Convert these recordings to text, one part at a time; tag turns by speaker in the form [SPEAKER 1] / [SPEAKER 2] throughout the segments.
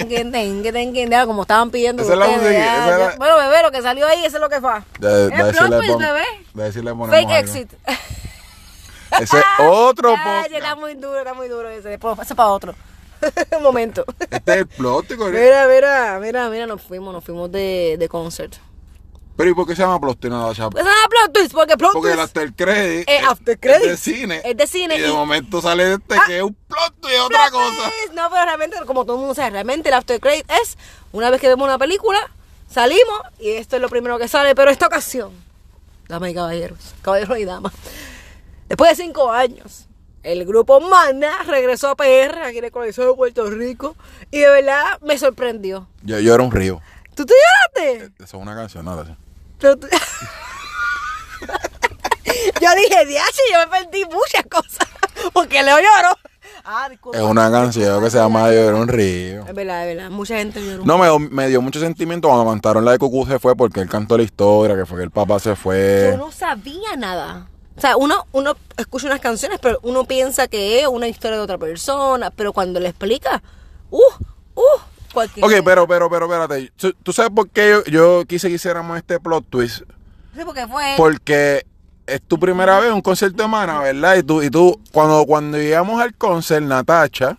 [SPEAKER 1] Era como estaban pidiendo.
[SPEAKER 2] Esa es la
[SPEAKER 1] ustedes,
[SPEAKER 2] música,
[SPEAKER 1] ya,
[SPEAKER 2] esa
[SPEAKER 1] ya.
[SPEAKER 2] era-
[SPEAKER 1] Bueno, bebé, lo que salió ahí, eso es lo que fue.
[SPEAKER 2] De,
[SPEAKER 1] Es
[SPEAKER 2] decirle
[SPEAKER 1] plot twist, bebé. Fake exit.
[SPEAKER 2] Ese es otro
[SPEAKER 1] Ay,
[SPEAKER 2] podcast.
[SPEAKER 1] está muy duro, está muy duro ese. Después pasa para otro. Un momento.
[SPEAKER 2] Este es el plot, tico.
[SPEAKER 1] Mira, mira, mira, mira, nos fuimos, nos fuimos de, de concert.
[SPEAKER 2] Pero ¿y por qué se llama plot twist? No, o sea,
[SPEAKER 1] Porque se llama plot twist, porque plot
[SPEAKER 2] Porque el
[SPEAKER 1] twist
[SPEAKER 2] after credit.
[SPEAKER 1] Eh,
[SPEAKER 2] es-
[SPEAKER 1] after credit.
[SPEAKER 2] Es de cine.
[SPEAKER 1] Es de cine
[SPEAKER 2] Y de
[SPEAKER 1] y- Ah.
[SPEAKER 2] momento sale este que es un plot twist, otra
[SPEAKER 1] plot
[SPEAKER 2] cosa.
[SPEAKER 1] twist. No, pero realmente, como todo el mundo sabe, realmente el after credit es una vez que vemos una película, salimos y esto es lo primero que sale. Pero esta ocasión, damas y caballeros, caballeros y damas, después de cinco años, el grupo Mana regresó a PR, aquí en el Coliseo de Puerto Rico, y de verdad me sorprendió.
[SPEAKER 2] Yo, yo era un río.
[SPEAKER 1] ¿Tú te lloraste?
[SPEAKER 2] Eso es una canción, nada. así.
[SPEAKER 1] Pero tú- yo dije, diache, yo me perdí muchas cosas. Porque Leo lloró. Ah, disculpa.
[SPEAKER 2] Es una canción que se llama Yo era un río.
[SPEAKER 1] Es verdad, es verdad. Mucha gente lloró.
[SPEAKER 2] No, me, me dio mucho sentimiento cuando cantaron la de Cucú se fue porque él cantó la historia, que fue que el papá se
[SPEAKER 1] Yo
[SPEAKER 2] fue.
[SPEAKER 1] no sabía nada. O sea, uno, uno escucha unas canciones, pero uno piensa que es una historia de otra persona. Pero cuando le explica, uh, uh, cualquier.
[SPEAKER 2] Ok, pero, pero, pero, espérate. ¿Tú- ¿Tú sabes por qué yo, yo quise que hiciéramos este plot twist?
[SPEAKER 1] Sí, porque fue.
[SPEAKER 2] Porque es tu primera vez en un concierto de Mana, ¿verdad? Y tú, y tú cuando, cuando llegamos al concert, Natacha,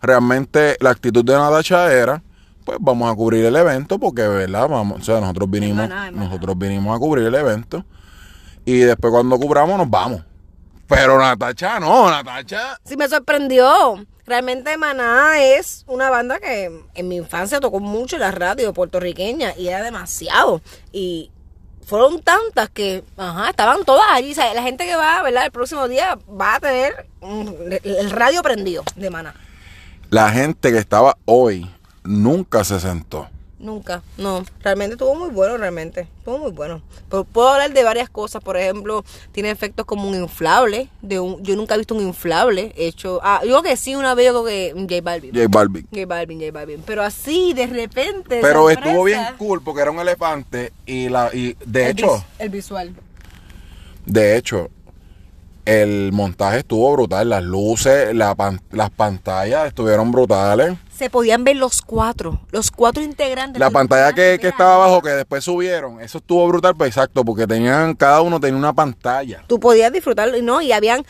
[SPEAKER 2] realmente la actitud de Natacha era, pues vamos a cubrir el evento, porque, ¿verdad? Vamos, o sea, nosotros vinimos,
[SPEAKER 1] Maná, en Maná.
[SPEAKER 2] nosotros vinimos a cubrir el evento. Y después cuando cubramos, nos vamos. Pero Natacha no, Natacha.
[SPEAKER 1] Sí, me sorprendió. Realmente Maná es una banda que en mi infancia tocó mucho en la radio puertorriqueña y era demasiado. Y fueron tantas que, ajá, estaban todas allí. O sea, la gente que va, ¿verdad? El próximo día va a tener mm, el el radio prendido de Maná.
[SPEAKER 2] La gente que estaba hoy nunca se sentó.
[SPEAKER 1] Nunca, no. Realmente estuvo muy bueno, realmente. Estuvo muy bueno. Pero puedo hablar de varias cosas. Por ejemplo, tiene efectos como un inflable. De un, yo nunca he visto un inflable hecho. Ah, yo creo que sí, una vez yo creo que J Balvin.
[SPEAKER 2] J Balvin.
[SPEAKER 1] J Balvin, J Balvin. Pero así, de repente.
[SPEAKER 2] Pero
[SPEAKER 1] sorpresa.
[SPEAKER 2] estuvo bien cool porque era un elefante y la y de
[SPEAKER 1] El
[SPEAKER 2] hecho
[SPEAKER 1] vis- El visual.
[SPEAKER 2] De hecho, el montaje estuvo brutal. Las luces, la pan- las pantallas estuvieron brutales.
[SPEAKER 1] Se podían ver los cuatro. Los cuatro integrantes.
[SPEAKER 2] La
[SPEAKER 1] del
[SPEAKER 2] pantalla
[SPEAKER 1] personaje,
[SPEAKER 2] que, que
[SPEAKER 1] era-
[SPEAKER 2] estaba abajo, que después subieron, eso estuvo brutal, pues exacto, porque tenían, cada uno tenía una pantalla.
[SPEAKER 1] Tú podías disfrutarlo. Y no, y habían.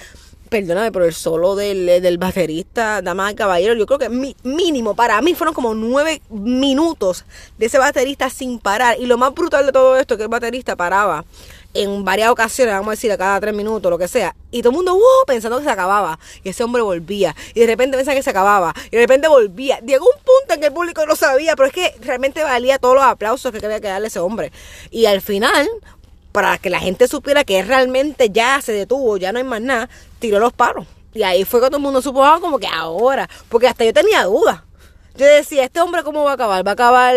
[SPEAKER 1] Perdóname, pero el solo del, eh, del baterista, Damas y Caballero, yo creo que mi- mínimo, para mí fueron como nueve minutos de ese baterista sin parar. Y lo más brutal de todo esto es que el baterista paraba en varias ocasiones, vamos a decir, a cada tres minutos, lo que sea. Y todo el mundo, wow, pensando que se acababa. Y ese hombre volvía. Y de repente pensaba que se acababa. Y de repente volvía. Llegó un punto en que el público no sabía, pero es que realmente valía todos los aplausos que había que darle a ese hombre. Y al final, para que la gente supiera que realmente ya se detuvo, ya no hay más nada, tiró los paros. Y ahí fue que todo el mundo supo, ah, como que ahora, porque hasta yo tenía dudas. Yo decía, ¿este hombre cómo va a acabar? Va a acabar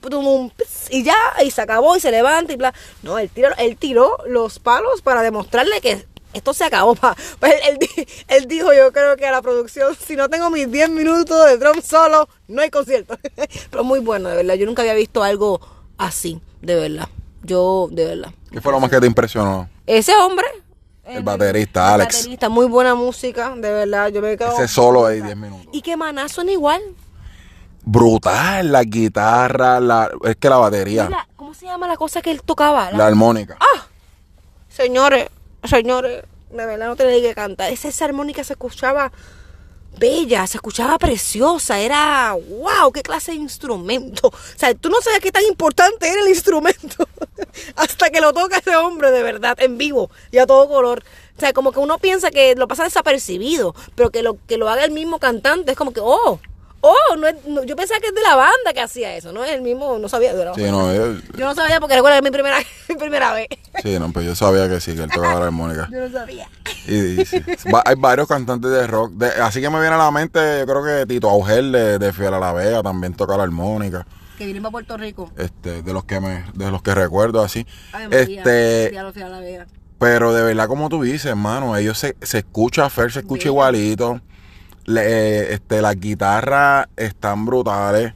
[SPEAKER 1] tum, un pss, y ya, y se acabó y se levanta y bla. No, él tiró, él tiró los palos para demostrarle que esto se acabó. pa. Pues él, él di- él dijo, yo creo que a la producción, si no tengo mis 10 minutos de drum solo, no hay concierto. Pero muy bueno, de verdad. Yo nunca había visto algo así, de verdad. Yo, de verdad.
[SPEAKER 2] ¿Qué fue lo más que te impresionó?
[SPEAKER 1] Ese hombre. eh,
[SPEAKER 2] El baterista, Alex.
[SPEAKER 1] baterista, muy buena música, de verdad. Yo me quedo.
[SPEAKER 2] Ese solo de 10 minutos.
[SPEAKER 1] Y que maná son igual.
[SPEAKER 2] Brutal, la guitarra, la, es que la batería,
[SPEAKER 1] Mira, ¿Cómo se llama la cosa que él tocaba? La-
[SPEAKER 2] la armónica.
[SPEAKER 1] ¡Ah! Señores, señores, de verdad no tenía que cantar. Esa, esa armónica se escuchaba bella, se escuchaba preciosa. Era, wow, qué clase de instrumento. O sea, tú no sabes qué tan importante era el instrumento. Hasta que lo toca ese hombre de verdad, en vivo y a todo color. O sea, como que uno piensa que lo pasa desapercibido, pero que lo, que lo haga el mismo cantante es como que, oh. Oh, no es- no, yo pensaba que es de la banda que hacía eso, no es el mismo, no sabía. era-
[SPEAKER 2] Sí, no, yo,
[SPEAKER 1] Yo no sabía porque recuerda que es mi primera, mi primera vez.
[SPEAKER 2] sí, no, pero yo sabía que sí, que él tocaba la armónica.
[SPEAKER 1] Yo no sabía.
[SPEAKER 2] Y, y sí. Va- hay varios cantantes de rock. de- así que me viene a la mente, yo creo que Tito Augel de, de Fiel a la Vega también toca la armónica.
[SPEAKER 1] Que vinimos a Puerto Rico.
[SPEAKER 2] Este, de los que me, de los que recuerdo así.
[SPEAKER 1] Ay, María,
[SPEAKER 2] este,
[SPEAKER 1] ya lo fui a la vega.
[SPEAKER 2] pero de verdad, como tú dices, hermano, ellos se, se escucha, Fer se escucha
[SPEAKER 1] Bello.
[SPEAKER 2] igualito. Le- eh, este, las guitarras están brutales.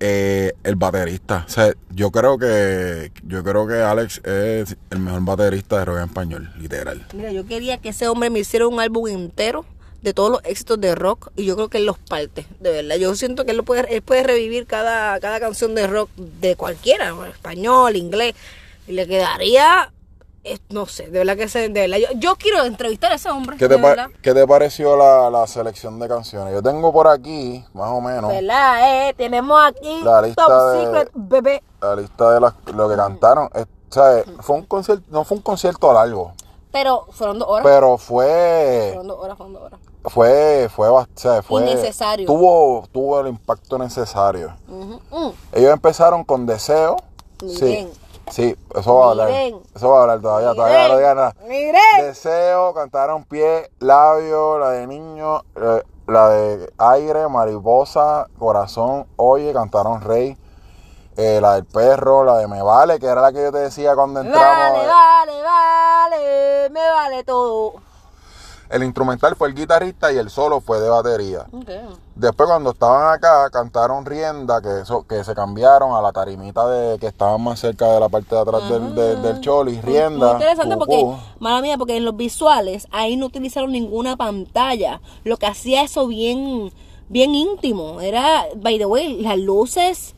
[SPEAKER 2] Eh, el baterista. O sea, yo creo que yo creo que Alex es el mejor baterista de rock en español, literal.
[SPEAKER 1] Mira, yo quería que ese hombre me hiciera un álbum entero de todos los éxitos de rock y yo creo que él los parte, de verdad. Yo siento que él, lo puede, él puede revivir cada, cada canción de rock de cualquiera, español, inglés, y le quedaría, eh, no sé, de verdad que se, de verdad. Yo, yo quiero entrevistar a ese hombre.
[SPEAKER 2] ¿Qué
[SPEAKER 1] de
[SPEAKER 2] te, pa-
[SPEAKER 1] verdad.
[SPEAKER 2] qué te pareció la, la selección de canciones? Yo tengo por aquí, más o menos,
[SPEAKER 1] ¿Verdad? Eh? Tenemos aquí
[SPEAKER 2] La lista
[SPEAKER 1] Top
[SPEAKER 2] de-
[SPEAKER 1] Secret, bebé.
[SPEAKER 2] la lista de las- lo que cantaron. Es- ¿sabes? Fue un concierto, no fue un concierto largo,
[SPEAKER 1] Pero fueron dos horas.
[SPEAKER 2] pero fue
[SPEAKER 1] fueron dos horas, fueron dos horas.
[SPEAKER 2] fue fue, bast- ¿sabes? fue
[SPEAKER 1] Innecesario.
[SPEAKER 2] Tuvo tuvo el impacto necesario.
[SPEAKER 1] Ujú, mm.
[SPEAKER 2] Ellos empezaron con deseo.
[SPEAKER 1] Miren.
[SPEAKER 2] Sí, sí, eso va a hablar.
[SPEAKER 1] Miren.
[SPEAKER 2] Eso va a hablar todavía, todavía no diga nada.
[SPEAKER 1] Miren.
[SPEAKER 2] Deseo, cantaron pie, labio, la de niño, eh, la de aire, mariposa, corazón, oye, cantaron rey, eh, la del perro, la de me vale, que era la que yo te decía cuando entramos.
[SPEAKER 1] Vale,
[SPEAKER 2] eh.
[SPEAKER 1] vale, vale, me vale todo.
[SPEAKER 2] El instrumental fue el guitarrista y el solo fue de batería.
[SPEAKER 1] Ok.
[SPEAKER 2] Después cuando estaban acá cantaron rienda, que eso, que se cambiaron a la tarimita de que estaban más cerca de la parte de atrás del, del, del choli, rienda.
[SPEAKER 1] Muy interesante porque,
[SPEAKER 2] cucú.
[SPEAKER 1] mala mía, porque en los visuales ahí no utilizaron ninguna pantalla, lo que hacía eso bien, bien íntimo. Era, by the way, las luces,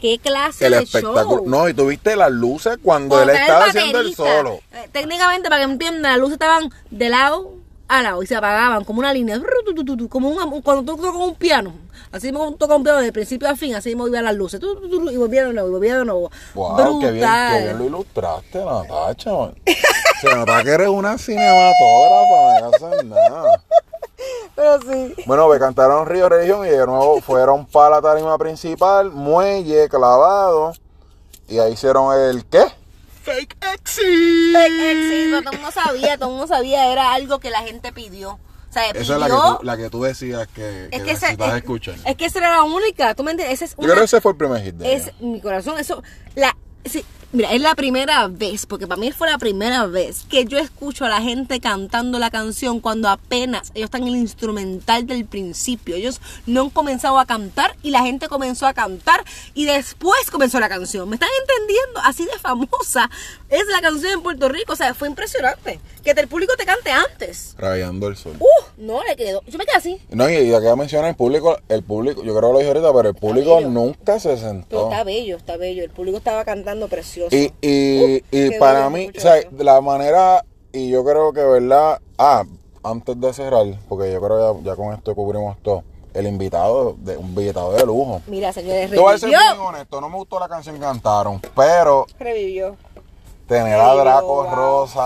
[SPEAKER 1] qué clase
[SPEAKER 2] El
[SPEAKER 1] de
[SPEAKER 2] espectáculo.
[SPEAKER 1] show.
[SPEAKER 2] No, y tuviste las luces cuando
[SPEAKER 1] Cuando
[SPEAKER 2] él
[SPEAKER 1] está el
[SPEAKER 2] estaba haciendo el
[SPEAKER 1] baterista,
[SPEAKER 2] solo.
[SPEAKER 1] eh, técnicamente, para que entiendan, las luces estaban de lado a lado y se apagaban como una línea, ru, tu, tu, tu, tu, como un- un- cuando tú tocas un piano. Así mismo cuando tocas un piano de principio a fin, así mismo iban las luces. tu, tu, tu, tu, y volvían de nuevo, y volvían de nuevo.
[SPEAKER 2] Wow,
[SPEAKER 1] Brutal.
[SPEAKER 2] qué bien, qué bien lo ilustraste, Natacha. man. Se nota que eres una cinematógrafa, me hacen nada.
[SPEAKER 1] Pero sí.
[SPEAKER 2] Bueno, me cantaron Río Religión y de nuevo fueron para la tarima principal, muelle, clavado. Y ahí hicieron el ¿qué? Fake exit.
[SPEAKER 1] Éxito, todo el mundo sabía, todo el mundo sabía, era algo que la gente pidió. O sea, pidió.
[SPEAKER 2] Esa es la que, tú, la que tú decías que, que
[SPEAKER 1] es que esa,
[SPEAKER 2] necesitas
[SPEAKER 1] es,
[SPEAKER 2] escuchar.
[SPEAKER 1] es que esa era la única, tú me entiendes, esa es
[SPEAKER 2] Yo creo que
[SPEAKER 1] una-
[SPEAKER 2] ese fue el primer hit de
[SPEAKER 1] es mi corazón, eso la sí, mira, es la primera vez, porque para mí fue la primera vez que yo escucho a la gente cantando la canción cuando apenas ellos están en el instrumental del principio. Ellos no han comenzado a cantar y la gente comenzó a cantar y después comenzó la canción. ¿Me están entendiendo? Así de famosa es la canción en Puerto Rico, o sea, fue impresionante que el público te cante antes.
[SPEAKER 2] Rayando el sol.
[SPEAKER 1] Uh, no le quedó. Yo me quedé así.
[SPEAKER 2] No, y y acá menciona el público, el público, yo creo que lo dije ahorita, pero el público
[SPEAKER 1] bello.
[SPEAKER 2] nunca se
[SPEAKER 1] Pero
[SPEAKER 2] sentó.
[SPEAKER 1] está bello, está bello. El público estaba cantando precioso.
[SPEAKER 2] Oh. Y, y, y
[SPEAKER 1] qué
[SPEAKER 2] para
[SPEAKER 1] bello,
[SPEAKER 2] mí, o
[SPEAKER 1] mucho
[SPEAKER 2] sea,
[SPEAKER 1] bello.
[SPEAKER 2] la manera, y yo creo que, ¿verdad? Ah, antes de cerrar, porque yo creo que ya, ya con esto cubrimos todo, el invitado, de, un invitado de lujo.
[SPEAKER 1] Mira, señores,
[SPEAKER 2] Te voy a ser
[SPEAKER 1] revivió.
[SPEAKER 2] bien honesto, no me gustó la canción que cantaron, pero
[SPEAKER 1] Revivió.
[SPEAKER 2] tener a Draco
[SPEAKER 1] Revivió, wow.
[SPEAKER 2] Rosa,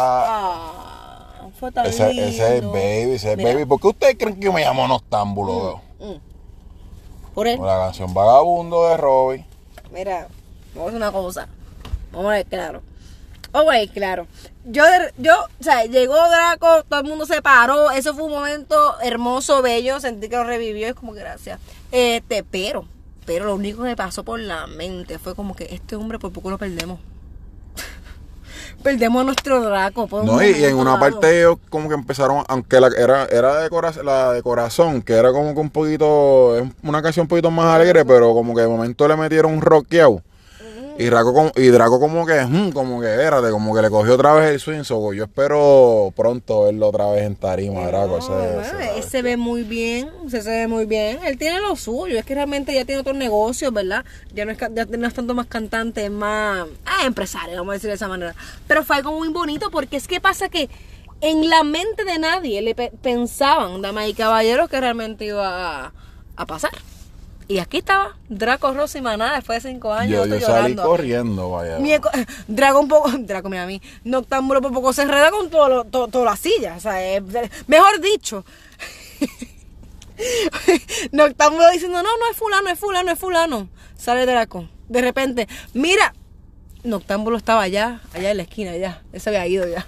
[SPEAKER 1] Ah, fue tan
[SPEAKER 2] ese,
[SPEAKER 1] lindo.
[SPEAKER 2] ese es el baby, ese es el
[SPEAKER 1] Mira. Mm.
[SPEAKER 2] baby. ¿Por qué ustedes creen que yo me llamo Nostámbulo?
[SPEAKER 1] Por él.
[SPEAKER 2] La canción Vagabundo de Robbie.
[SPEAKER 1] Mira, vamos a hacer una cosa. Vamos a ver, claro. Vamos a ver, claro. Yo, de- yo, o sea, llegó Draco, todo el mundo se paró. Eso fue un momento hermoso, bello. Sentí que lo revivió. Es como que gracias. Este, pero, pero lo único que me pasó por la mente fue como que este hombre por poco lo perdemos. perdemos a nuestro Draco. por un
[SPEAKER 2] No, y, y en
[SPEAKER 1] momento dado.
[SPEAKER 2] una parte ellos como que empezaron, aunque la, era, era de corazón, la de corazón, que era como que un poquito, es una canción un poquito más alegre, pero como que de momento le metieron un rockeado. Y, Draco como, y Draco como que, mm, como que, espérate, como que le cogió otra vez el swing, so, yo espero pronto verlo otra vez en tarima, Draco. ese-
[SPEAKER 1] No,
[SPEAKER 2] ese-
[SPEAKER 1] él se ve muy bien, se, se ve muy bien. Él tiene lo suyo, es que realmente ya tiene otros negocios, ¿verdad? Ya no es, ca- ya no es tanto más cantante, es más ah, empresario, vamos a decir de esa manera. Pero fue algo muy bonito porque es que pasa que en la mente de nadie le pe- pensaban, damas y caballeros, que realmente iba a, a pasar. Y aquí estaba Draco Rosa y Maná después de cinco años.
[SPEAKER 2] yo,
[SPEAKER 1] estoy
[SPEAKER 2] yo salí
[SPEAKER 1] llorando.
[SPEAKER 2] corriendo, vaya.
[SPEAKER 1] Mi eco- Draco un poco, Draco mira a mí, Noctámbulo por poco se enreda con todo lo- to- toda la silla, o sea, eh, mejor dicho. Noctámbulo diciendo, no, no es fulano, es fulano, es fulano. Sale Draco, de repente, mira, Noctámbulo estaba allá, allá en la esquina, allá, él se había ido ya,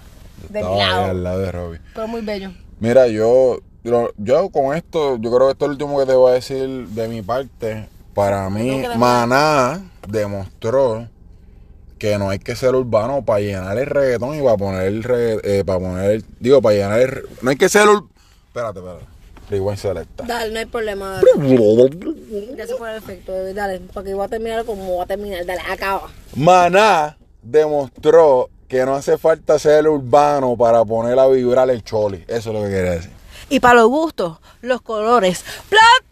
[SPEAKER 1] de mi
[SPEAKER 2] Estaba ahí
[SPEAKER 1] lado,
[SPEAKER 2] al lado de Robbie.
[SPEAKER 1] pero muy bello.
[SPEAKER 2] Mira, yo, yo, yo con esto, yo creo que esto es lo último que te voy a decir de mi parte. Para mí,
[SPEAKER 1] que terminar.
[SPEAKER 2] Maná demostró que no hay que ser urbano para llenar el reggaetón y para poner el reggaetón, para poner, el- digo, para llenar el, re- no hay que ser ur- espérate, espérate, rewind selecta.
[SPEAKER 1] Dale, no hay problema, dale. gracias por el efecto, bebé, dale, porque voy a terminar como voy a terminar, dale, acaba.
[SPEAKER 2] Maná demostró que no hace falta ser urbano para poner a vibrar el choli, eso es lo que quería decir.
[SPEAKER 1] Y para los gustos, los colores. ¡Plata!